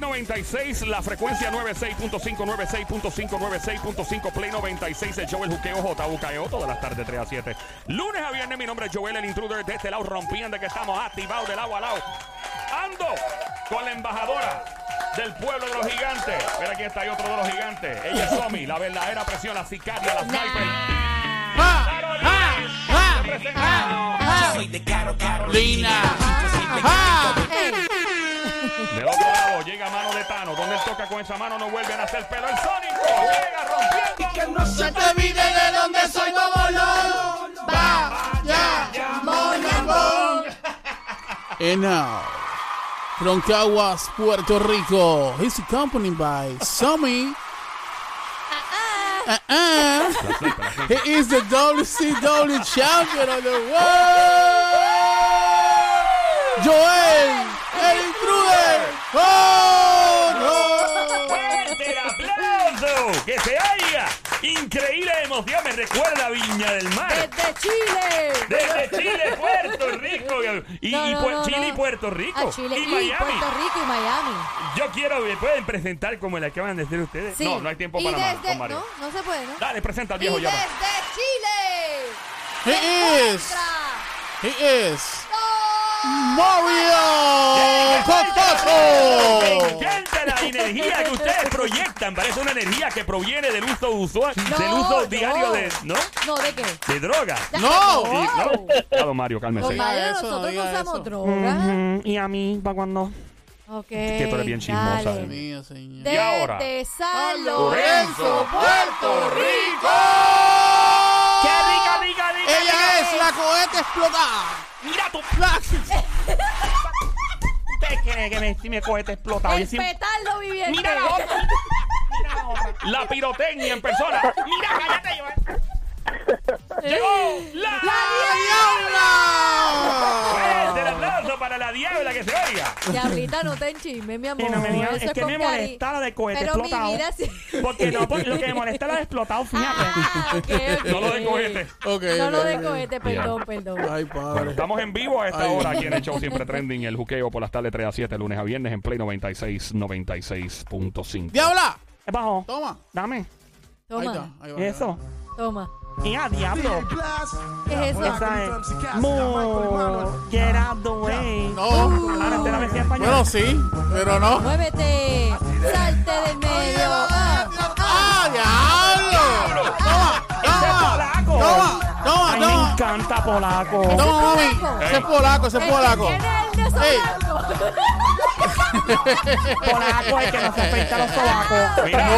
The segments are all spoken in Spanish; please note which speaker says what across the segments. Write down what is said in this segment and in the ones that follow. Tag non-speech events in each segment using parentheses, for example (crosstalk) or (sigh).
Speaker 1: 96, la frecuencia 96.5, 96.5, 96.5, Play 96, el show El Juqueo, JUKEO, E todas las tardes 3 a 7. Lunes a viernes, mi nombre es Joel, el intruder de este lado, rompiendo que estamos activados del agua al lado. Ando con la embajadora del pueblo de los gigantes. Mira, aquí está, hay otro de los gigantes. Ella es Somi, la verdadera presión, la sicaria, la sniper.
Speaker 2: Ah,
Speaker 3: Soy de Caro Carolina.
Speaker 2: Ah, eh.
Speaker 1: Del otro lado llega mano de Tano. Donde él toca con esa mano no vuelven a hacer pelo. El Sónico llega rompiendo.
Speaker 4: Que no se te olvide de dónde soy como Lolo. Vaya, Monagón.
Speaker 2: And now, from Caguas, Puerto Rico, he's accompanied by Sammy. Uh-uh. He is the WCW champion of the world, Joel, el intruder. Oh, no.
Speaker 1: ¡Fuerte (laughs) el aplauso! ¡Que se haya! Increíble emoción. Me recuerda a Viña del Mar.
Speaker 5: Desde Chile.
Speaker 1: Desde Chile, Puerto Rico.
Speaker 5: (laughs)
Speaker 1: Y, y
Speaker 5: No, no,
Speaker 1: Pue-
Speaker 5: no,
Speaker 1: Chile y
Speaker 5: no.
Speaker 1: Puerto Rico.
Speaker 5: A Chile
Speaker 1: y
Speaker 5: y,
Speaker 1: Miami.
Speaker 5: Puerto Rico y Miami.
Speaker 1: Yo quiero, ¿me pueden presentar como la acaban de hacer ustedes?
Speaker 5: Sí.
Speaker 1: No, no hay tiempo
Speaker 5: y
Speaker 1: para más,
Speaker 5: desde,
Speaker 1: don Mario.
Speaker 5: No, no se puede, ¿no?
Speaker 1: Dale, presenta al
Speaker 5: Y
Speaker 1: viejo
Speaker 5: desde
Speaker 1: ya. va.
Speaker 5: Chile.
Speaker 2: He
Speaker 5: se
Speaker 2: is.
Speaker 5: encuentra
Speaker 2: He is
Speaker 5: Don
Speaker 2: Mario
Speaker 1: Me
Speaker 2: Cocoso.
Speaker 1: encanta la energía que
Speaker 5: (laughs)
Speaker 1: ustedes proyectan. Parece una energía que proviene del uso usual,
Speaker 5: No,
Speaker 1: del uso
Speaker 5: no.
Speaker 1: diario de, ¿no?
Speaker 5: No, ¿de qué?
Speaker 1: De droga.
Speaker 2: No.
Speaker 1: Y-
Speaker 5: No.
Speaker 1: no, ya, don Mario, cálmese.
Speaker 5: Don Mario,
Speaker 2: Diga eso,
Speaker 5: nosotros no
Speaker 2: diga
Speaker 5: usamos
Speaker 2: eso.
Speaker 5: drogas.
Speaker 1: Ujú, Y a mí, para cuando.
Speaker 5: Ok.
Speaker 1: que tú eres bien chismosa,
Speaker 5: dale.
Speaker 1: de
Speaker 2: Dios mío, señor.
Speaker 1: Y ahora.
Speaker 5: Desde San
Speaker 2: Lorenzo,
Speaker 5: Lorenzo,
Speaker 2: Puerto
Speaker 5: Puerto
Speaker 2: Rico.
Speaker 5: Rico.
Speaker 1: ¡Qué rica, rica, rica!
Speaker 2: Ella
Speaker 1: rica!
Speaker 2: es la cohete explotada.
Speaker 1: ¡Mira tú!
Speaker 2: La-
Speaker 1: ¿Ustedes quieren que me, si me cohete explotado?
Speaker 5: El petardo viviente.
Speaker 1: ¡Mira la otra! ¡Mira la otra! ¡La pirotecnia en persona! ¡Mira, cállate, Joel! ¡Llegó la,
Speaker 2: ¡La
Speaker 1: ¡Fuerte el
Speaker 2: diabla!
Speaker 1: aplauso para la diabla que se oiga!
Speaker 5: Diablita, no te enchismes, mi amor.
Speaker 6: Sí, no me digas,
Speaker 5: Eso
Speaker 6: es que
Speaker 5: con
Speaker 6: me
Speaker 5: cari-
Speaker 6: molesta lo del cohete
Speaker 5: Pero
Speaker 6: explotado.
Speaker 5: mi vida
Speaker 2: (laughs)
Speaker 5: sí.
Speaker 6: Porque no, porque lo
Speaker 5: (laughs)
Speaker 6: que me molesta es lo de explotado, fíjate.
Speaker 5: Ah, ok, ok.
Speaker 1: No lo de cohete.
Speaker 2: pues. Ok,
Speaker 5: No lo
Speaker 2: ok,
Speaker 5: de
Speaker 2: ok.
Speaker 5: cohete, perdón, perdón.
Speaker 2: Ay,
Speaker 1: Bueno,
Speaker 2: padre.
Speaker 1: estamos en vivo a esta
Speaker 2: Ay.
Speaker 1: hora aquí en el show Siempre Trending, el juqueo por las tardes 3 a 7, lunes a viernes en Play 96, 96.5.
Speaker 2: ¡Diabla!
Speaker 6: Es bajo.
Speaker 2: Toma.
Speaker 6: Dame.
Speaker 2: Ahí
Speaker 5: Toma,
Speaker 2: está. Ahí va, ahí va.
Speaker 6: Eso.
Speaker 5: toma.
Speaker 6: Y a diablo.
Speaker 5: ¿Qué es eso?
Speaker 6: Esa es. Move. Get out the way.
Speaker 2: No.
Speaker 6: Ahora te la ves en español.
Speaker 2: Bueno, sí, pero no.
Speaker 5: Muévete, salte del medio. Ah,
Speaker 2: ¡Ah, diablo! Toma,
Speaker 6: ¡Ese es
Speaker 2: toma,
Speaker 6: polaco!
Speaker 2: toma, toma,
Speaker 6: Ay, me
Speaker 2: toma.
Speaker 6: encanta polaco.
Speaker 2: Toma, mami.
Speaker 5: polaco.
Speaker 2: Ese es polaco, ese es
Speaker 5: el que
Speaker 2: Este polaco.
Speaker 5: tiene el beso
Speaker 2: Ey.
Speaker 5: blanco.
Speaker 6: Polaco es que no se pinta los
Speaker 2: (laughs)
Speaker 6: sobacos.
Speaker 1: Mira,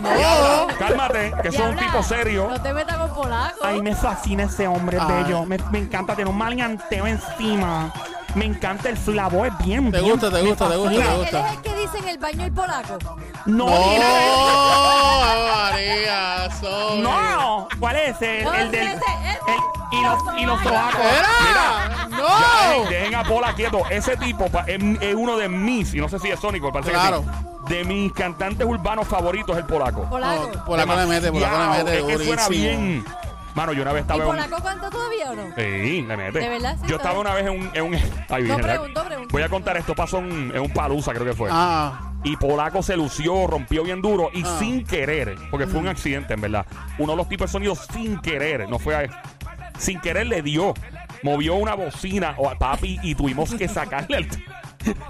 Speaker 2: No, no.
Speaker 1: cálmate, que son un
Speaker 5: Diabla,
Speaker 1: tipo serio.
Speaker 5: No te metas con polaco.
Speaker 6: Ay, me fascina ese hombre, es
Speaker 2: Ay.
Speaker 6: bello. Me, me encanta tener un maleanteo encima. Me encanta el flavo, es bien,
Speaker 2: Te
Speaker 6: bien-
Speaker 2: gusta, te
Speaker 6: me
Speaker 2: gusta, te gusta,
Speaker 6: fascina.
Speaker 2: te
Speaker 5: Oye, él
Speaker 2: gusta.
Speaker 5: es el que dice en el baño el polaco.
Speaker 6: No, mira,
Speaker 2: ¡No, María! soy-
Speaker 6: No, ¿cuál es? El,
Speaker 5: No,
Speaker 6: el del.
Speaker 5: ese, ese.
Speaker 6: el- y los, y los sobacos.
Speaker 2: ¡Era! ¡No!
Speaker 1: eh, Dejen a Pola quieto. Ese tipo pa- es, es uno de mis, y no sé si es Sónico, parece
Speaker 2: Claro.
Speaker 1: que sí, de mis cantantes urbanos favoritos, el polaco.
Speaker 5: Polaco.
Speaker 2: No, Polaco le mete, polaco le
Speaker 1: Demasiado,
Speaker 2: mete,
Speaker 1: es que suena
Speaker 2: durísimo.
Speaker 1: bien. Mano, yo una vez
Speaker 5: ¿Y
Speaker 1: estaba en un-
Speaker 5: polaco canta todavía o no?
Speaker 1: Sí, le mete.
Speaker 5: ¿De verdad? Sí,
Speaker 1: Yo estaba
Speaker 5: todavía.
Speaker 1: una vez en un. En un ay, Virgen,
Speaker 5: pregunto, pregunto.
Speaker 1: Voy a contar esto. Pasó en, en un palusa, creo que fue.
Speaker 2: Ah,
Speaker 1: Y Polaco se lució, rompió bien duro y
Speaker 2: Ah. Mm.
Speaker 1: sin querer, porque fue un accidente, en verdad. Uno de los tipos de sonido sin querer, no fue a. Sin querer le dio. Movió una bocina o a papi y tuvimos que sacarle (laughs) al.
Speaker 2: no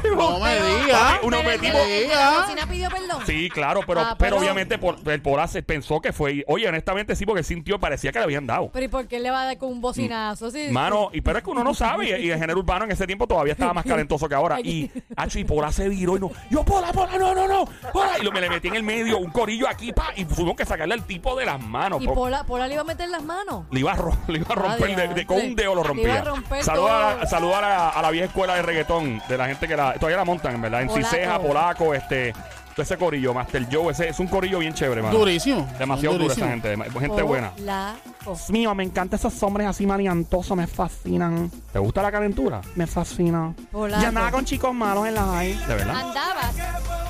Speaker 1: tuvimos-
Speaker 2: me digas.
Speaker 5: Pero
Speaker 1: uno
Speaker 5: el de-
Speaker 1: metido-
Speaker 5: el de
Speaker 2: Ah.
Speaker 5: La cocina pidió perdón.
Speaker 1: Sí, claro, pero,
Speaker 5: Ah,
Speaker 1: pero
Speaker 5: pero-
Speaker 1: obviamente por- el Pola se pensó que fue. Oye, honestamente sí, porque sintió, parecía que le habían dado.
Speaker 5: Pero ¿y por qué le va a dar con un bocinazo? Sí,
Speaker 1: Mano, y pero es que uno no sabe. y- Y el género urbano en ese tiempo todavía estaba más calentoso que
Speaker 5: (laughs)
Speaker 1: ahora. Y Hacho y Pola se viró y no. Yo, Pola, Pola, no, no, no. Pola. Y lo, me le metí en el medio, un corillo aquí, pa. Y tuvimos que sacarle al tipo de las manos.
Speaker 5: Y
Speaker 1: po-
Speaker 5: Pola, Pola le iba a meter las manos.
Speaker 1: le iba a, ro- le iba a romper, de- de- con un dedo lo
Speaker 5: Le iba
Speaker 1: rompía.
Speaker 5: a romper
Speaker 1: Saludar, a,
Speaker 5: todo.
Speaker 1: saluda a la, a la vieja escuela de reggaetón, de la gente que la, todavía la montan, en verdad. En
Speaker 5: Polaco.
Speaker 1: Ciseja, Polaco, este. todo Ese corillo, Master Joe, ese es un corillo bien chévere, mano.
Speaker 2: Durísimo.
Speaker 1: Demasiado duro esa
Speaker 2: durísimo.
Speaker 1: gente, dem- gente buena.
Speaker 5: Polaco.
Speaker 6: Dios mío, me encantan esos hombres así maleantosos, me fascinan.
Speaker 1: ¿Te gusta la calentura?
Speaker 6: Me fascina.
Speaker 5: Polaco.
Speaker 6: Y andaba con chicos malos en la high.
Speaker 1: De verdad.
Speaker 5: Andabas.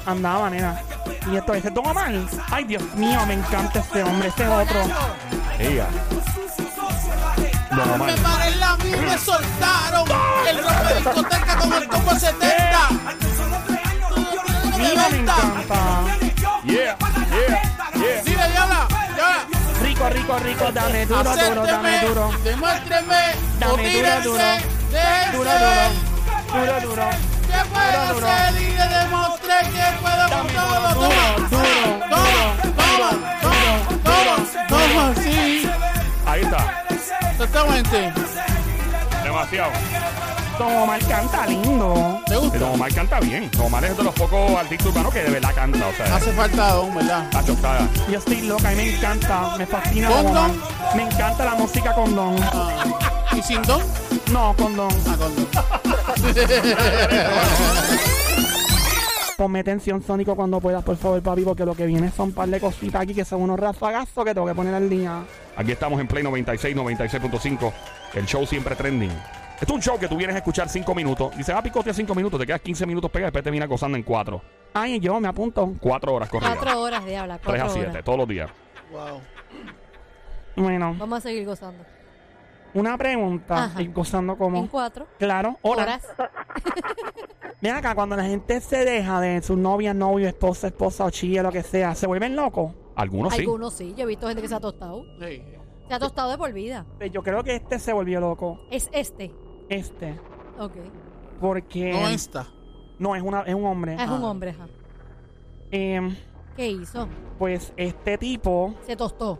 Speaker 6: Andaba, nena. Y esto dice, Don Omar. Ay, Dios mío, me encanta este hombre, este es otro.
Speaker 1: Ella. Don Omar.
Speaker 2: Me paré en la mía y me
Speaker 6: Eh.
Speaker 2: soltaron. El rock de discoteca con el combo 70.
Speaker 6: rico, rico, dame duro, duro, dame
Speaker 2: Acépteme,
Speaker 6: duro.
Speaker 2: demuéstreme,
Speaker 6: Dame
Speaker 2: o
Speaker 6: duro,
Speaker 2: tírense,
Speaker 6: duro.
Speaker 2: déjense
Speaker 6: Duro,
Speaker 2: ver.
Speaker 6: duro. Duro, duro.
Speaker 2: ¿Qué puedo
Speaker 6: duro.
Speaker 2: hacer? Y le demostré que puedo con todo.
Speaker 6: duro,
Speaker 2: Toma,
Speaker 6: duro,
Speaker 2: toma, toma, toma, toma, toma, sí.
Speaker 1: Ahí está.
Speaker 2: Exactamente.
Speaker 1: Demasiado.
Speaker 6: Don Omar canta lindo.
Speaker 2: ¿Te
Speaker 1: Eh, Don
Speaker 2: gusta?
Speaker 1: Omar canta bien. Don Omar es de los pocos artistas urbanos que de verdad canta. O
Speaker 5: Ah.
Speaker 1: sea,
Speaker 2: Hace falta don, ¿verdad?
Speaker 1: está chocada.
Speaker 6: Yo estoy loca y me encanta, me fascina Don Omar.
Speaker 2: ¿Condón?
Speaker 6: Me encanta la música con Don.
Speaker 2: Ah, ¿Y sin don?
Speaker 6: No, con Don.
Speaker 2: Ah, con don.
Speaker 6: Ponme tensión sónico cuando puedas, por favor, papi, porque lo que viene son un par de cositas aquí que son unos rafagazos que tengo que poner al día.
Speaker 1: Aquí estamos en Play 96, 96.5. El show siempre trending. Esto es un show que tú vienes a escuchar 5 minutos. Dices, ah, picotea 5 minutos, te quedas 15 minutos pega y después te viene gozando en 4.
Speaker 6: Ay, yo me apunto.
Speaker 1: 4 horas corridas.
Speaker 5: Cuatro horas de habla,
Speaker 1: 3
Speaker 5: cuatro
Speaker 1: a
Speaker 5: horas.
Speaker 1: 7, todos los días.
Speaker 2: Wow.
Speaker 6: Bueno,
Speaker 5: Vamos a seguir gozando.
Speaker 6: una pregunta.
Speaker 5: Ajá.
Speaker 6: Y gozando
Speaker 5: En
Speaker 6: como.
Speaker 5: cuatro
Speaker 6: Claro,
Speaker 5: horas.
Speaker 6: horas. Ven acá, cuando la gente se deja de su novia, novio, esposa, esposa o chilla, lo que sea, se vuelven locos.
Speaker 1: Algunos Oh, sí.
Speaker 5: Algunos sí. Yo he visto gente que se ha tostado.
Speaker 2: Sí.
Speaker 5: Se ha tostado de por vida.
Speaker 6: Pues Yo creo que este se volvió loco.
Speaker 5: Es este.
Speaker 6: Este.
Speaker 5: Ok.
Speaker 6: Porque.
Speaker 2: No está.
Speaker 6: no, es, una, es un hombre.
Speaker 5: Ah, Es un hombre, ajá.
Speaker 6: Em,
Speaker 5: ¿Qué hizo?
Speaker 6: pues este tipo,
Speaker 5: Se tostó.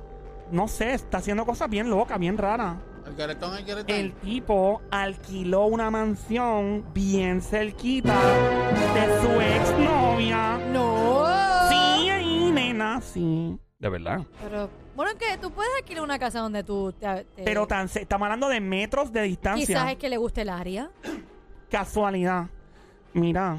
Speaker 6: no sé, está haciendo cosas bien locas, bien raras.
Speaker 2: El caretón, el caretón.
Speaker 6: El tipo alquiló una mansión bien cerquita de su exnovia.
Speaker 5: ¡No!
Speaker 6: Sí, ahí, nena, sí.
Speaker 1: De verdad.
Speaker 5: Pero, bueno, que tú puedes alquilar una casa donde tú te. te-
Speaker 6: Pero tan, se- estamos hablando de metros de distancia.
Speaker 5: Quizás es que le guste el área.
Speaker 6: Casualidad. Mira.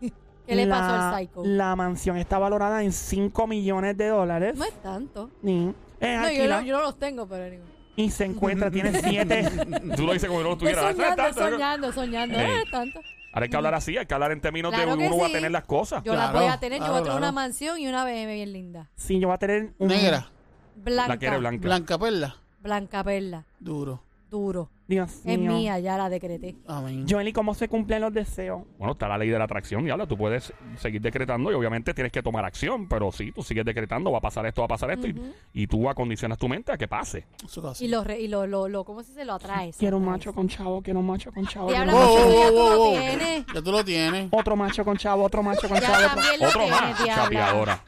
Speaker 5: ¿Qué le pasó
Speaker 6: la-
Speaker 5: al psycho?
Speaker 6: La mansión está valorada en 5 millones de dólares.
Speaker 5: No es tanto.
Speaker 6: Ni- es
Speaker 5: No, yo,
Speaker 6: alquila.
Speaker 5: no, yo no los tengo, pero. digo,
Speaker 6: Y se encuentra, tiene 7.
Speaker 1: Tú lo dices como si no lo
Speaker 5: Estoy
Speaker 1: tuvieras.
Speaker 5: soñando,
Speaker 1: Ah, está, está.
Speaker 5: soñando, soñando.
Speaker 1: Ey.
Speaker 5: No es tanto.
Speaker 1: Ahora hay que hablar así, hay que hablar en términos
Speaker 5: Claro
Speaker 1: de
Speaker 5: que
Speaker 1: uno va a
Speaker 5: sí.
Speaker 1: tener las cosas.
Speaker 5: Yo la
Speaker 2: Claro,
Speaker 5: voy a tener, yo voy a
Speaker 2: claro,
Speaker 5: tener una
Speaker 2: claro.
Speaker 5: mansión y una BM bien linda.
Speaker 6: Sí, yo voy a tener un-
Speaker 2: Negra,
Speaker 5: Blanca.
Speaker 1: La quiere blanca.
Speaker 2: blanca perla,
Speaker 5: Blanca perla.
Speaker 2: duro.
Speaker 5: Duro.
Speaker 6: Dios
Speaker 5: Es
Speaker 6: mío.
Speaker 5: mía, ya la decreté.
Speaker 2: Amén.
Speaker 6: Joely, ¿cómo se cumplen los deseos?
Speaker 1: Bueno, está la ley de la atracción, diablo. Tú puedes seguir decretando y obviamente tienes que tomar acción, pero sí, tú sigues decretando, va a pasar esto, va a pasar esto, y- y, tú acondicionas tu mente a que pase.
Speaker 2: Eso casi.
Speaker 5: Y lo, re- y lo, lo, lo ¿cómo se dice? Lo atraes.
Speaker 6: Quiero un
Speaker 5: Atraes.
Speaker 6: macho con chavo, quiero un macho con chavo.
Speaker 5: Te
Speaker 6: quiero
Speaker 5: habla
Speaker 6: un
Speaker 5: mucho. Pero ya
Speaker 6: macho-
Speaker 5: tú lo
Speaker 2: wow, wow.
Speaker 5: tienes.
Speaker 2: Ya tú lo tienes.
Speaker 6: Otro macho con chavo, otro macho con
Speaker 5: Ya
Speaker 6: chavo. otro-
Speaker 5: también lo
Speaker 1: Otro
Speaker 5: tienes,
Speaker 1: más,
Speaker 5: diabla.
Speaker 1: chapeadora.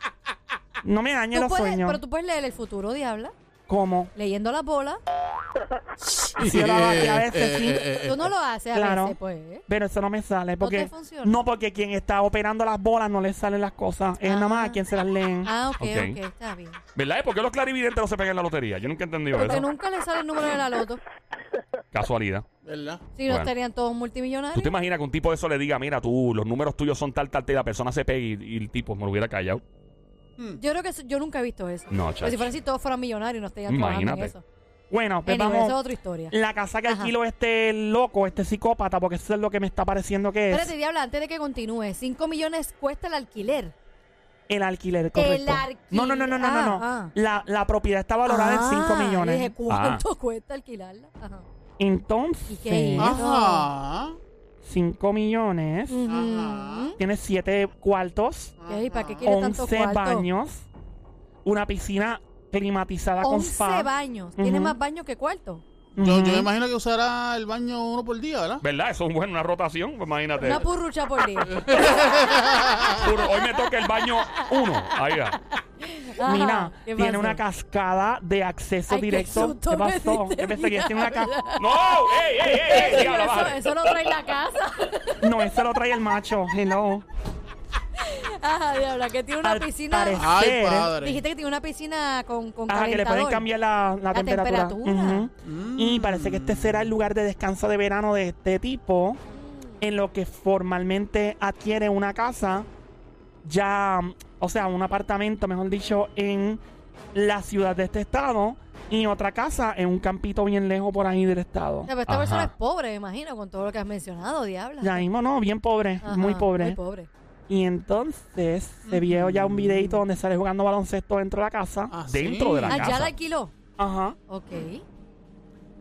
Speaker 6: No me dañes
Speaker 5: Tú
Speaker 6: los
Speaker 5: puedes-
Speaker 6: sueños.
Speaker 5: pero tú puedes leer el futuro, diabla,
Speaker 6: ¿Cómo?
Speaker 5: leyendo las bolas.
Speaker 6: Sí, yo la bajé
Speaker 2: (laughs)
Speaker 6: a
Speaker 2: Eh,
Speaker 6: veces, sí.
Speaker 1: Eh,
Speaker 5: Tú no lo haces a
Speaker 6: Claro.
Speaker 5: veces, pues.
Speaker 6: Pero eso no me sale porque
Speaker 5: te funciona?
Speaker 6: porque quien está operando las bolas no le salen las cosas, es nada más a quien se las leen.
Speaker 5: Ah, ok, ok,
Speaker 1: Ok.
Speaker 5: está bien.
Speaker 1: ¿Verdad? ¿Por qué los clarividentes no se pegan en la lotería? Yo nunca he entendido
Speaker 5: Porque
Speaker 1: eso.
Speaker 5: nunca le sale el número de la loto.
Speaker 1: Casualidad.
Speaker 2: ¿Verdad?
Speaker 5: Si no
Speaker 1: Bueno.
Speaker 5: estarían todos
Speaker 1: ¿Tú te
Speaker 5: multimillonarios.
Speaker 1: imaginas que un tipo de eso le diga, mira, tú, los números tuyos son tal, tal, tal, y la persona se pegue y, y el tipo me lo hubiera callado?
Speaker 5: Yo creo que eso- yo nunca he visto eso.
Speaker 1: No,
Speaker 5: Pero si
Speaker 1: Mm, chacho.
Speaker 5: fueran si todos fueran millonarios, no estarían trabajando en
Speaker 1: Imagínate.
Speaker 5: eso.
Speaker 6: Bueno, pues
Speaker 5: ah. Anyway, eso es
Speaker 6: vamos.
Speaker 5: otra historia.
Speaker 6: La casa que
Speaker 5: Ajá.
Speaker 6: alquilo este loco, este psicópata, porque eso es lo que me está pareciendo que es
Speaker 5: Espérate, Diabla, antes de que continúe, 5 millones cuesta el alquiler.
Speaker 6: el alquiler, correcto.
Speaker 5: alquiler.
Speaker 6: No, no, no, no, no,
Speaker 5: Ah,
Speaker 6: no.
Speaker 5: ah.
Speaker 6: La, la propiedad está valorada
Speaker 5: Ah,
Speaker 6: en 5 millones.
Speaker 5: Dije,
Speaker 1: Ah.
Speaker 5: ¿cuánto cuesta alquilarla? Ajá. ¿Y qué Mm.
Speaker 6: Entonces,
Speaker 5: es?
Speaker 2: Ajá.
Speaker 6: 5 millones,
Speaker 5: Ujú.
Speaker 6: tiene 7 cuartos,
Speaker 5: Ok, ¿Para qué quiere tanto
Speaker 6: 11
Speaker 5: cuarto?
Speaker 6: baños, una piscina climatizada con
Speaker 5: 11
Speaker 6: spa.
Speaker 5: baños. Tiene
Speaker 6: Ujú.
Speaker 5: más baños que cuarto.
Speaker 2: Yo, yo
Speaker 6: Ujú.
Speaker 2: me imagino que usará el baño uno por día, ¿verdad?
Speaker 1: ¿Verdad? Eso es bueno, una rotación, pues imagínate.
Speaker 5: Una purrucha por
Speaker 6: (laughs)
Speaker 5: día.
Speaker 1: Puro, Hoy me toca el baño uno. Ahí va.
Speaker 5: Ajá,
Speaker 6: Mira,
Speaker 5: ¿qué
Speaker 6: tiene
Speaker 5: pasó?
Speaker 6: una cascada de acceso
Speaker 5: Ay, qué
Speaker 6: directo.
Speaker 5: susto
Speaker 6: ¿Qué
Speaker 5: me
Speaker 6: pasó?
Speaker 5: diste,
Speaker 6: Yo pensé que tiene una cascada.
Speaker 1: ¡No! ¡Ey, ey, ey! ey diabla,
Speaker 5: (laughs) eso,
Speaker 1: bájale.
Speaker 5: eso lo trae la casa.
Speaker 6: No, eso lo trae el macho. Hello.
Speaker 5: Ajá, diabla, que tiene una
Speaker 6: Al
Speaker 5: piscina.
Speaker 6: parecer.
Speaker 2: Ay,
Speaker 6: Ser,
Speaker 2: padre.
Speaker 5: Dijiste que tiene una piscina con, con
Speaker 6: Ajá, que le pueden
Speaker 5: calentador.
Speaker 6: cambiar la, la
Speaker 5: La
Speaker 6: temperatura.
Speaker 5: temperatura.
Speaker 6: Ujú. Y parece que este será el lugar de descanso de verano de este tipo, en lo que formalmente adquiere una casa, ya, o sea, un apartamento, mejor dicho, en la ciudad de este estado, y otra casa en un campito bien lejos por ahí del estado.
Speaker 5: O sea, pero esta
Speaker 1: Ajá.
Speaker 5: persona es pobre, me imagino, con todo lo que has mencionado, diabla.
Speaker 6: Ya mismo, no, bien pobre,
Speaker 5: Ajá,
Speaker 6: muy pobre.
Speaker 5: Muy pobre.
Speaker 6: Y entonces se vio ya un videito donde sale jugando baloncesto dentro de la casa.
Speaker 2: Ah,
Speaker 1: Dentro
Speaker 2: sí.
Speaker 1: de la
Speaker 5: Ah,
Speaker 1: casa.
Speaker 5: ya la alquiló.
Speaker 6: Ajá.
Speaker 5: Ok.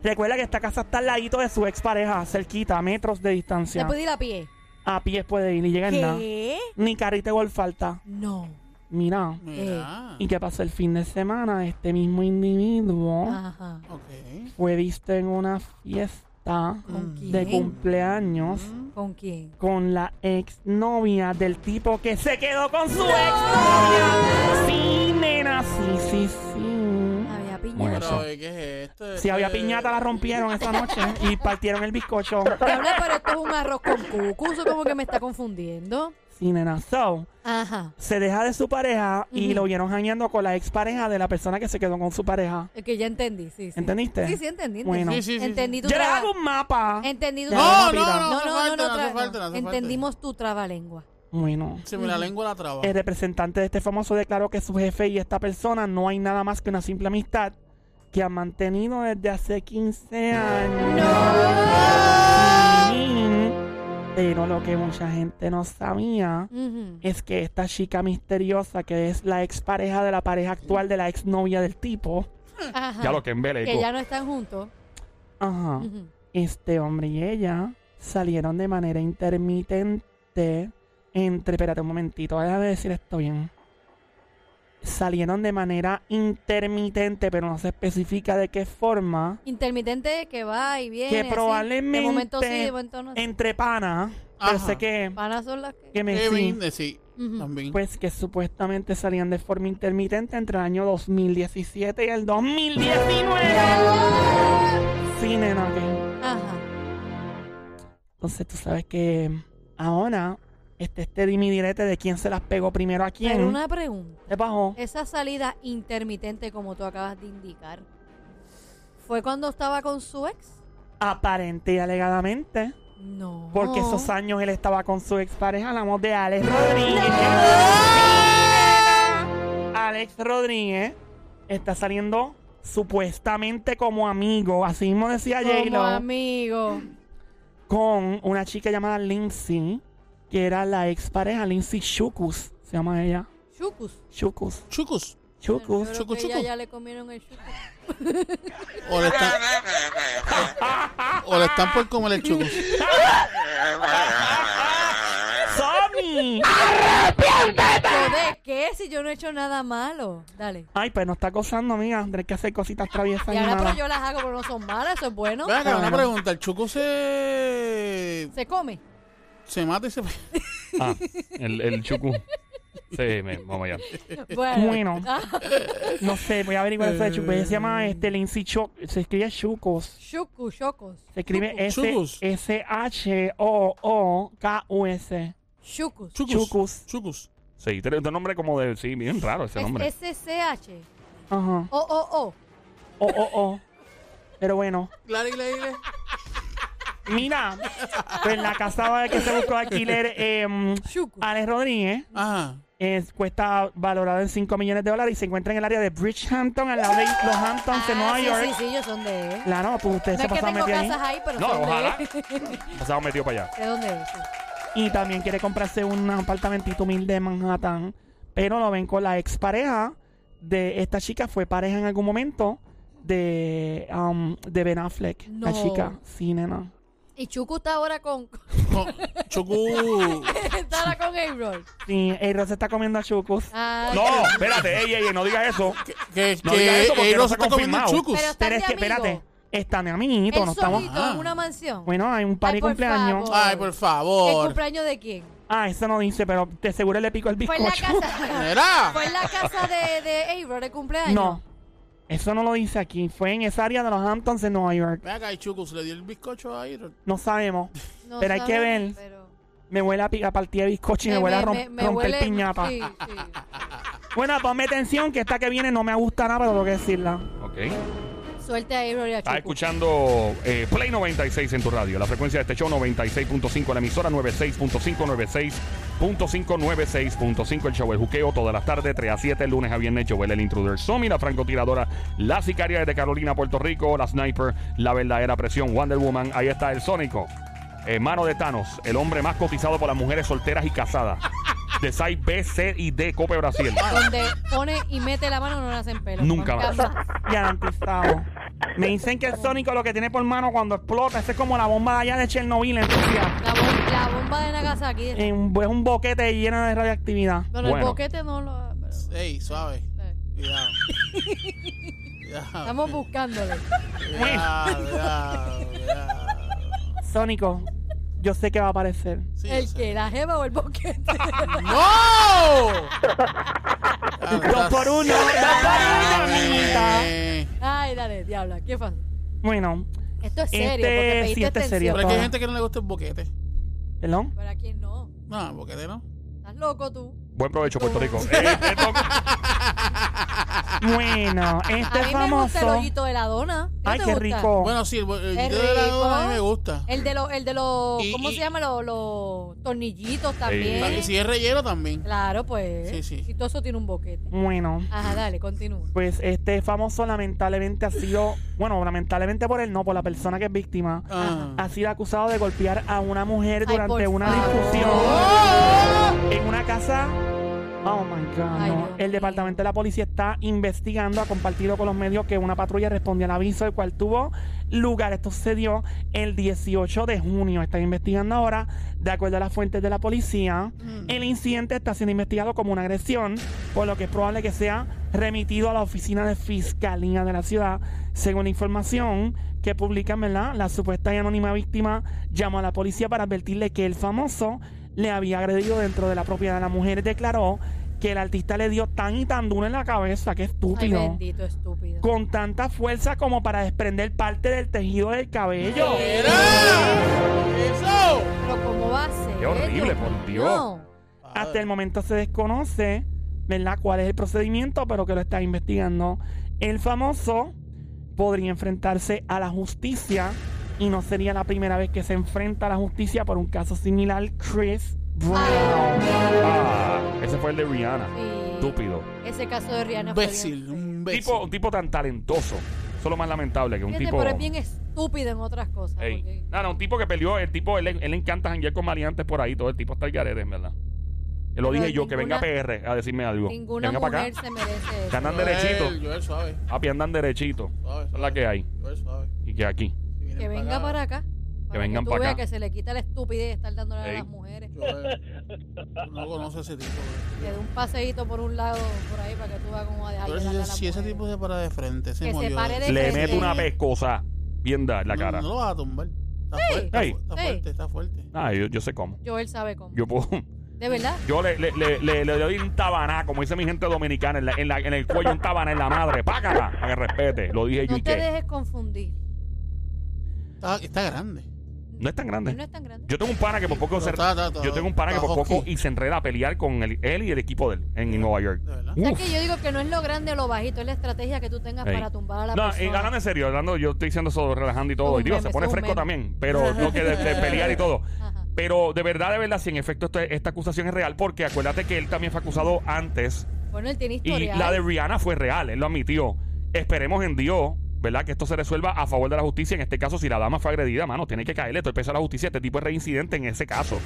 Speaker 6: Recuerda que esta casa está al ladito de su expareja, cerquita, a metros de
Speaker 5: Se
Speaker 6: distancia.
Speaker 5: puede ir a pie.
Speaker 6: A pies puede ir y llega en nada.
Speaker 5: ¿Qué?
Speaker 6: Ni carrito de gol falta.
Speaker 5: No.
Speaker 6: Mira.
Speaker 2: Mira.
Speaker 5: eh,
Speaker 6: ¿Y qué pasó el fin de semana? Este mismo individuo
Speaker 5: Ajá.
Speaker 2: Ok.
Speaker 6: fue visto en una fiesta Mm.
Speaker 5: ¿Con quién? Mm.
Speaker 6: de cumpleaños
Speaker 5: ¿Con quién?
Speaker 6: con la exnovia del tipo que se quedó con su exnovia. Sí, nena, sí, sí, sí.
Speaker 5: Había
Speaker 1: Bueno,
Speaker 5: piñata.
Speaker 2: Pero, ¿qué es esto?
Speaker 6: Si había
Speaker 2: Esto es-
Speaker 6: piñata, la rompieron esa noche y partieron el bizcocho.
Speaker 5: Diabla, pero esto es un arroz con cucu. Eso como que me está confundiendo.
Speaker 6: Sí, nena. So,
Speaker 5: Ajá.
Speaker 6: se deja de su pareja y
Speaker 5: Ujú.
Speaker 6: lo vieron jañando con la expareja de la persona que se quedó con su pareja.
Speaker 5: Es que ya entendí, sí, sí.
Speaker 6: ¿Entendiste?
Speaker 5: Sí, sí, entendí. entendí.
Speaker 6: Bueno.
Speaker 2: Sí, sí, sí,
Speaker 5: entendí
Speaker 2: sí.
Speaker 5: tu
Speaker 6: Yo les
Speaker 5: traba-
Speaker 6: hago un mapa.
Speaker 5: Entendí tu
Speaker 6: No,
Speaker 5: traba-
Speaker 6: no, no,
Speaker 2: no hace falta, no hace
Speaker 5: tra-
Speaker 2: falta, no hace falta.
Speaker 5: Entendimos tu trabalengua.
Speaker 6: Bueno.
Speaker 2: Se me la lengua la traba.
Speaker 6: El representante de este famoso declaró que su jefe y esta persona no hay nada más que una simple amistad que han mantenido desde hace 15 años. Sí. Pero lo que mucha gente no sabía
Speaker 5: Ujú.
Speaker 6: es que esta chica misteriosa, que es la expareja de la pareja actual de la exnovia del tipo,
Speaker 5: Ajá.
Speaker 1: Ya lo que en
Speaker 5: Que ya no están juntos.
Speaker 6: ajá,
Speaker 5: Ujú.
Speaker 6: este hombre y ella salieron de manera intermitente entre, espérate un momentito, déjame decir esto bien. Salieron de manera intermitente, pero no se especifica de qué forma,
Speaker 5: Intermitente que va y viene.
Speaker 6: Que
Speaker 5: así.
Speaker 6: probablemente
Speaker 5: De momento sí, de momento no.
Speaker 6: entre pana, pero
Speaker 2: Ajá.
Speaker 6: sé que,
Speaker 5: Panas son las que.
Speaker 6: que me
Speaker 2: Eh,
Speaker 6: sí,
Speaker 2: vinde, sí.
Speaker 5: Ujú.
Speaker 2: También.
Speaker 6: pues que supuestamente salían de forma intermitente entre el año 2017 y el 2019. Sí, nena, que-
Speaker 5: Ajá.
Speaker 6: Entonces tú sabes que ahora este, este dimi direte de quién se las pegó primero a quién.
Speaker 5: Pero una pregunta.
Speaker 6: ¿Qué pasó?
Speaker 5: Esa salida intermitente, como tú acabas de indicar, ¿fue cuando estaba con su ex?
Speaker 6: Aparente y alegadamente.
Speaker 5: No.
Speaker 6: Porque esos años él estaba con su expareja, la voz de Alex Rodríguez. Alex Rodríguez está saliendo supuestamente como amigo, así mismo decía
Speaker 5: Como
Speaker 6: J-Lo,
Speaker 5: amigo.
Speaker 6: con una chica llamada Lindsay, que era la expareja Lindsay Shukus, se llama ella.
Speaker 5: Chucus.
Speaker 6: Shukus,
Speaker 2: Chucos.
Speaker 5: Yo
Speaker 6: Shukus.
Speaker 5: creo
Speaker 2: chucu,
Speaker 5: que ella
Speaker 2: chucu.
Speaker 5: ya le comieron el chucus.
Speaker 2: O le están. o le están por comer el chucos.
Speaker 6: ¡Sony!
Speaker 5: ¿Pero de qué? Si yo no he hecho nada malo. Dale.
Speaker 6: Ay, pues no está acosando, amiga. Tendré que hacer cositas traviesas
Speaker 5: Y
Speaker 6: y
Speaker 5: ahora pero
Speaker 6: malas.
Speaker 5: yo las hago, pero (laughs) no son malas, eso es bueno.
Speaker 2: Venga, una
Speaker 6: Bueno.
Speaker 2: pregunta. ¿El chuco se.
Speaker 5: Se come.
Speaker 2: se mata y se.
Speaker 1: Ah, el, el chucu. Sí, me- vamos allá.
Speaker 5: Bueno.
Speaker 6: Bueno.
Speaker 5: Ah,
Speaker 6: No sé, voy a averiguar eso de Chuco. Ella se llama
Speaker 5: Eh.
Speaker 6: este, Lindsay Choc. Se escribe Chucos.
Speaker 5: chucu, chocos.
Speaker 6: Se escribe
Speaker 2: Chucos.
Speaker 6: S-H-O-O-K-U-S.
Speaker 5: Chucus.
Speaker 6: Chucos.
Speaker 2: (laughs) Chucos. Chucos.
Speaker 1: Sí, tiene un nombre como de. Sí, bien raro ese nombre.
Speaker 5: Es S-C-H.
Speaker 6: Ajá.
Speaker 5: O, o, o.
Speaker 6: O-O-O. Pero bueno.
Speaker 2: Claro, claro, claro.
Speaker 6: Mira, pues la casa que se buscó alquiler, eh,
Speaker 5: Chucus.
Speaker 6: Alex Rodríguez,
Speaker 2: Ajá.
Speaker 6: es- cuesta valorado en 5 millones de dólares y se encuentra en el área de Bridgehampton, al lado de los Hamptons de Nueva
Speaker 5: Ah, sí,
Speaker 6: York.
Speaker 5: Sí, sí, ellos son de él.
Speaker 6: Claro, pues usted
Speaker 5: No
Speaker 6: se
Speaker 5: es que
Speaker 6: pasaba
Speaker 5: tengo
Speaker 6: metido
Speaker 5: casas
Speaker 6: ahí.
Speaker 5: ahí, pero
Speaker 1: No,
Speaker 5: son
Speaker 1: ojalá.
Speaker 5: de él.
Speaker 1: Pasado metido para allá.
Speaker 5: ¿De dónde es? Sí.
Speaker 6: Y también quiere comprarse un apartamentito humilde en Manhattan. Pero lo ven con la expareja de esta chica. Fue pareja en algún momento de, um, de Ben Affleck. La
Speaker 5: No.
Speaker 6: chica. Sí, nena.
Speaker 5: Y Chucu está ahora con. (laughs)
Speaker 2: Con- Chucu.
Speaker 5: está ahora con A-Roll.
Speaker 6: Sí, Eros se está comiendo a Chucus.
Speaker 5: Ah,
Speaker 1: No, espérate, ey, ey, ey, no digas eso.
Speaker 2: Que,
Speaker 1: No
Speaker 2: que
Speaker 1: digas eso porque
Speaker 2: él
Speaker 1: no
Speaker 2: no se
Speaker 1: está
Speaker 2: está comiendo el
Speaker 1: confirmado.
Speaker 2: chucos.
Speaker 5: Pero está
Speaker 6: Pero es
Speaker 5: de
Speaker 6: que,
Speaker 5: amigo.
Speaker 6: espérate. Está mi amiguito.
Speaker 5: Él
Speaker 6: No estamos.
Speaker 5: solito
Speaker 2: Ah.
Speaker 5: en una mansión.
Speaker 6: Bueno, hay un par
Speaker 5: Ay,
Speaker 6: de
Speaker 5: por
Speaker 6: cumpleaños.
Speaker 5: favor.
Speaker 2: Ay, por
Speaker 5: ¿El
Speaker 2: favor.
Speaker 5: cumpleaños de quién?
Speaker 6: Ah, eso no dice, pero de seguro le picó el
Speaker 5: Fue
Speaker 6: bizcocho.
Speaker 5: en la casa. (laughs)
Speaker 2: Mira.
Speaker 5: Fue en la casa de, de A-Roll de cumpleaños.
Speaker 6: (laughs) No. Eso no lo dice aquí. Fue en esa área de los Hamptons en Nueva York.
Speaker 2: Venga, acá, y Chucos le dio el bizcocho a Iron.
Speaker 6: No sabemos.
Speaker 5: No
Speaker 6: Pero hay que
Speaker 5: sabemos,
Speaker 6: ver.
Speaker 5: pero-
Speaker 6: Me huele a, pi- a partida de bizcocho y me, huele a rom-
Speaker 5: Eh, me- me
Speaker 6: romper
Speaker 5: huele-
Speaker 6: piñapa.
Speaker 5: Sí, sí.
Speaker 6: Bueno, ponme atención que esta que viene no me gusta nada, pero tengo que decirla.
Speaker 1: Ok.
Speaker 5: Suelte a Aero y a
Speaker 1: Estás
Speaker 5: Chucu.
Speaker 1: escuchando eh, Play 96 en tu radio. La frecuencia de este show 96.5, la emisora 96.5, 96.5, 96.5. El show El Juqueo, todas las tardes, 3 a 7, lunes a viernes. Joel el Intruder, Somi, la francotiradora, la sicaria de Carolina, Puerto Rico, la sniper, la verdadera presión, Wonder Woman. Ahí está el Sónico, hermano de Thanos, el hombre más cotizado por las mujeres solteras y casadas. De Side B, C y D, Cope Brasil.
Speaker 5: Donde pone y mete la mano no le hacen pelo.
Speaker 1: Nunca más.
Speaker 6: Ya, antistado. Me dicen que el Sónico lo que tiene por mano cuando explota, ese es como la bomba de allá de Chernobyl en Rusia.
Speaker 5: La, bom- la bomba de Nagasaki.
Speaker 6: Eh, un- Es un boquete lleno de radioactividad.
Speaker 5: Bueno, el
Speaker 1: Bueno.
Speaker 5: boquete no lo...
Speaker 2: Ey, suave.
Speaker 5: Eh, (laughs)
Speaker 2: Cuidado. Cuidado.
Speaker 5: Estamos buscándole.
Speaker 2: Cuidado, cuidado, cuidado.
Speaker 6: Sónico, yo sé que va a aparecer.
Speaker 2: Sí, yo
Speaker 5: ¿El
Speaker 2: sé.
Speaker 5: que ¿La jeva o el boquete?
Speaker 6: (laughs)
Speaker 2: ¡No!
Speaker 6: Dos por uno, dos por uno, amiguita.
Speaker 2: Pero
Speaker 5: Ay, dale, diabla, ¿qué pasa?
Speaker 6: Bueno,
Speaker 5: Esto es serio,
Speaker 6: Este-
Speaker 5: porque
Speaker 6: sí,
Speaker 5: pediste
Speaker 6: este es serio.
Speaker 5: extensión.
Speaker 2: es que hay gente que no le gusta el boquete.
Speaker 6: perdón.
Speaker 5: ¿Para quién no?
Speaker 2: No, el boquete no.
Speaker 5: ¿Estás loco tú?
Speaker 1: Buen provecho, Puerto Rico. Eh, te toca-
Speaker 6: Bueno,
Speaker 5: (laughs)
Speaker 6: este
Speaker 5: A mí me gusta el
Speaker 6: famoso.
Speaker 5: hoyito de la dona. ¿No
Speaker 6: Ay,
Speaker 5: te
Speaker 6: qué
Speaker 5: gusta?
Speaker 6: rico.
Speaker 2: Bueno, sí, el bo- el
Speaker 5: Es
Speaker 2: boquete de la
Speaker 5: rico.
Speaker 2: dona a mí me gusta.
Speaker 5: El de los, el de los,
Speaker 2: Y-
Speaker 5: ¿cómo
Speaker 2: y-
Speaker 5: se llama? Los, los tornillitos también.
Speaker 2: Y si es relleno también.
Speaker 5: Claro, pues.
Speaker 2: Sí, sí.
Speaker 5: Y todo eso tiene un boquete.
Speaker 6: Bueno,
Speaker 5: Ajá, dale, continúa.
Speaker 6: pues este famoso lamentablemente ha sido, bueno, lamentablemente por él no, por la persona que es víctima,
Speaker 2: Ah.
Speaker 6: ha sido acusado de golpear a una mujer
Speaker 5: Ay,
Speaker 6: durante
Speaker 5: por
Speaker 6: una
Speaker 5: favor.
Speaker 6: discusión en una casa. Oh my God.
Speaker 5: Ay,
Speaker 6: no.
Speaker 5: Dios mío.
Speaker 6: El departamento de la policía está investigando, ha compartido con los medios que una patrulla respondió al aviso, el cual tuvo lugar. Esto se dio el 18 de junio. Están investigando ahora, de acuerdo a las fuentes de la policía. El incidente está siendo investigado como una agresión, por lo que es probable que sea remitido a la oficina de fiscalía de la ciudad. Según la información que publican, ¿verdad? La supuesta y anónima víctima llamó a la policía para advertirle que el famoso le había agredido dentro de la propiedad. La mujer declaró que el artista le dio tan y tan duro en la cabeza, que
Speaker 5: Ay,
Speaker 6: estúpido.
Speaker 5: bendito estúpido.
Speaker 6: con tanta fuerza como para desprender parte del tejido del cabello.
Speaker 2: ¡Eso!
Speaker 5: Pero ¿cómo va a ser?
Speaker 1: Qué horrible, por Dios.
Speaker 5: No.
Speaker 2: Ah.
Speaker 6: Hasta el momento se desconoce, ¿verdad?, cuál es el procedimiento, pero que lo está investigando. El famoso podría enfrentarse a la justicia y no sería la primera vez que se enfrenta a la justicia por un caso similar. Chris Brown.
Speaker 1: Ah, ese fue el de Rihanna.
Speaker 5: Sí.
Speaker 1: Estúpido.
Speaker 5: Ese caso de Rihanna fue
Speaker 2: Bécil,
Speaker 5: bien
Speaker 2: un bécil.
Speaker 1: Tipo, un tipo tan talentoso. Eso es lo más lamentable que un
Speaker 5: Fíjate,
Speaker 1: tipo.
Speaker 5: pero es bien estúpido en otras cosas.
Speaker 1: Ey.
Speaker 5: porque-
Speaker 1: No, no, un tipo que peleó, el tipo, él, él le encanta janguear con maleantes por ahí, todo el tipo está el garete, en verdad. Que lo
Speaker 5: Pero
Speaker 1: dije yo, que venga
Speaker 5: ninguna-
Speaker 1: PR a decirme algo. Que
Speaker 5: Ninguna
Speaker 1: venga para
Speaker 5: mujer
Speaker 1: acá,
Speaker 5: se merece
Speaker 1: que
Speaker 5: eso.
Speaker 1: andan
Speaker 2: Joel,
Speaker 1: derechito.
Speaker 2: Joel, suave.
Speaker 1: Papi, andan derechito.
Speaker 2: Suave,
Speaker 1: Esa es
Speaker 2: suave.
Speaker 1: la que hay.
Speaker 2: Joel, suave.
Speaker 1: Y que aquí.
Speaker 2: Si vienen
Speaker 5: Que venga para acá. para
Speaker 1: vengan
Speaker 5: tú
Speaker 1: para
Speaker 5: veas
Speaker 1: acá.
Speaker 5: Que se le quita la estupidez de estar dándole
Speaker 1: Ey.
Speaker 5: a las mujeres.
Speaker 2: Joel, tú no conoces a ese tipo. Joel.
Speaker 5: Que dé un paseíto por un lado, por ahí, para que tú veas cómo va a dejar
Speaker 2: Joel,
Speaker 5: llegar a
Speaker 2: si,
Speaker 5: las
Speaker 2: si ese
Speaker 5: mujeres.
Speaker 2: tipo se para de frente, se
Speaker 5: Que se
Speaker 2: murió.
Speaker 5: pare de-
Speaker 1: Le
Speaker 5: Sí. Mm.
Speaker 1: meto una pescosa bien da en la
Speaker 2: No,
Speaker 1: cara.
Speaker 2: No, lo vas a tumbar. Está
Speaker 1: Ey.
Speaker 2: fuerte, está
Speaker 5: Ey.
Speaker 2: fuerte, está fuerte.
Speaker 1: Ah, yo, yo sé cómo.
Speaker 5: Joel sabe cómo.
Speaker 1: Yo puedo. (laughs)
Speaker 5: ¿De verdad?
Speaker 1: Yo le, le, le, le- le doy un tabaná, como dice mi gente dominicana, en, la- en la- en el cuello, un tabaná en la madre. Págala. Para que respete. Lo dije yo
Speaker 5: No
Speaker 1: y
Speaker 5: te
Speaker 1: qué.
Speaker 5: dejes confundir.
Speaker 2: Está, está grande.
Speaker 1: No es tan grande.
Speaker 5: Él no es tan grande.
Speaker 1: Yo tengo un pana que por poco
Speaker 2: Pero
Speaker 1: se,
Speaker 2: está- está- está-
Speaker 1: yo tengo un pana que
Speaker 2: está
Speaker 1: por poco
Speaker 2: husky.
Speaker 1: y se enreda a pelear con el- él y el equipo de él en, en Nueva York.
Speaker 2: De verdad.
Speaker 5: O sea,
Speaker 1: Uf.
Speaker 5: que yo digo que no es lo grande o lo bajito, es la estrategia que tú tengas
Speaker 1: Ey.
Speaker 5: para tumbar a la
Speaker 1: No, y
Speaker 5: persona.
Speaker 1: hablando en serio, hablando, yo estoy diciendo eso relajando y todo.
Speaker 5: Son
Speaker 1: Y digo, se
Speaker 5: memes,
Speaker 1: pone
Speaker 5: son
Speaker 1: fresco
Speaker 5: memes.
Speaker 1: también, pero no que de, de pelear y todo.
Speaker 5: Ajá.
Speaker 1: Pero de verdad, de verdad, si en efecto esta, esta acusación es real, porque acuérdate que él también fue acusado antes
Speaker 5: Bueno, él tiene
Speaker 1: y
Speaker 5: historia.
Speaker 1: la de Rihanna fue real, él lo admitió. Esperemos en Dios, ¿verdad? Que esto se resuelva a favor de la justicia. En este caso, si la dama fue agredida, mano, tiene que caerle. Esto empieza la justicia. Este tipo es reincidente en ese caso.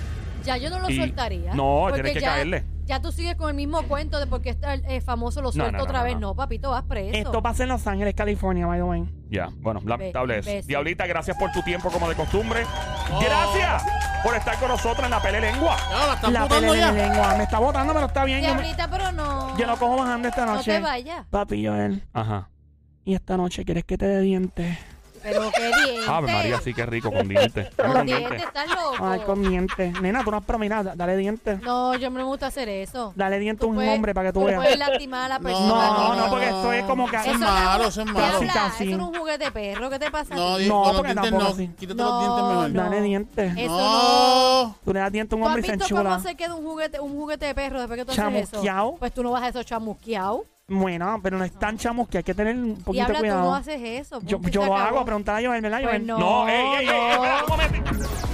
Speaker 5: Ya yo no lo
Speaker 1: Y-
Speaker 5: soltaría.
Speaker 1: No,
Speaker 5: porque
Speaker 1: tienes que
Speaker 5: ya,
Speaker 1: caerle.
Speaker 5: Ya tú sigues con el mismo cuento de por qué está el eh, famoso lo
Speaker 1: No,
Speaker 5: suelto
Speaker 1: no,
Speaker 5: otra
Speaker 1: no,
Speaker 5: vez.
Speaker 1: no.
Speaker 5: No. papito, vas preso.
Speaker 6: Esto pasa en Los Ángeles, California, by the way.
Speaker 1: Ya, bueno, lamentable
Speaker 5: imbécil.
Speaker 1: es. Diablita, gracias por tu tiempo como de costumbre. Gracias por estar con nosotros en la pele lengua.
Speaker 2: Ya, la están
Speaker 6: La
Speaker 2: botando
Speaker 6: pelea de
Speaker 2: ya.
Speaker 6: lengua. Me está botando, pero está bien. Yo, me-
Speaker 5: Diablita, pero no.
Speaker 6: yo lo cojo bajando esta
Speaker 5: no
Speaker 6: noche.
Speaker 5: te vayas.
Speaker 6: Papi Joel.
Speaker 1: Ajá.
Speaker 6: Y esta noche, ¿quieres que te dé dientes?
Speaker 5: Pero qué dientes.
Speaker 1: Ave María, sí que rico con dientes. Dame
Speaker 5: Los
Speaker 1: con
Speaker 5: dientes,
Speaker 1: dientes.
Speaker 5: estás loco.
Speaker 6: Ay, con dientes. Nena, tú no has prominado. da- Dale dientes.
Speaker 5: No, yo no me gusta hacer eso.
Speaker 6: Dale dientes a
Speaker 5: Tú
Speaker 6: un
Speaker 5: puedes-
Speaker 6: hombre para que tú
Speaker 5: Puedes
Speaker 6: veas.
Speaker 5: lastimar a la persona.
Speaker 6: No,
Speaker 5: que
Speaker 6: no, porque esto es como que-
Speaker 2: Eso
Speaker 5: Eso
Speaker 2: es
Speaker 5: no un-
Speaker 2: malo, eso es
Speaker 5: ¿Qué
Speaker 2: malo.
Speaker 5: hablas?
Speaker 6: Casi,
Speaker 5: Eso no es un juguete de perro. ¿Qué te pasa? a
Speaker 2: No,
Speaker 5: ti?
Speaker 2: di-
Speaker 6: No,
Speaker 2: con los
Speaker 6: porque
Speaker 2: dientes
Speaker 6: tampoco
Speaker 2: no.
Speaker 6: así.
Speaker 2: Quítate los dientes
Speaker 5: No,
Speaker 2: mejor.
Speaker 5: no.
Speaker 6: Dale dientes.
Speaker 5: Eso
Speaker 2: no.
Speaker 6: Tú le das dientes a un
Speaker 5: ¿Tú has
Speaker 6: hombre y se
Speaker 5: visto cómo
Speaker 6: enchula.
Speaker 5: se queda un juguete, un juguete de perro después que tú haces
Speaker 6: Chamusqueado.
Speaker 5: eso? Pues tú no vas a eso chamusqueado.
Speaker 6: Bueno, pero no es tan chamos que hay que tener un
Speaker 5: Y
Speaker 6: poquito
Speaker 5: habla, tú
Speaker 6: cuidado.
Speaker 5: no haces eso.
Speaker 6: yo
Speaker 5: punto, y
Speaker 6: yo
Speaker 5: se
Speaker 6: lo
Speaker 5: acabó.
Speaker 6: hago a preguntar a Joel, ¿verdad,
Speaker 5: Pues
Speaker 6: Joel?
Speaker 5: no.
Speaker 1: No, ey, ey, ey,
Speaker 5: no.
Speaker 1: espera un momento.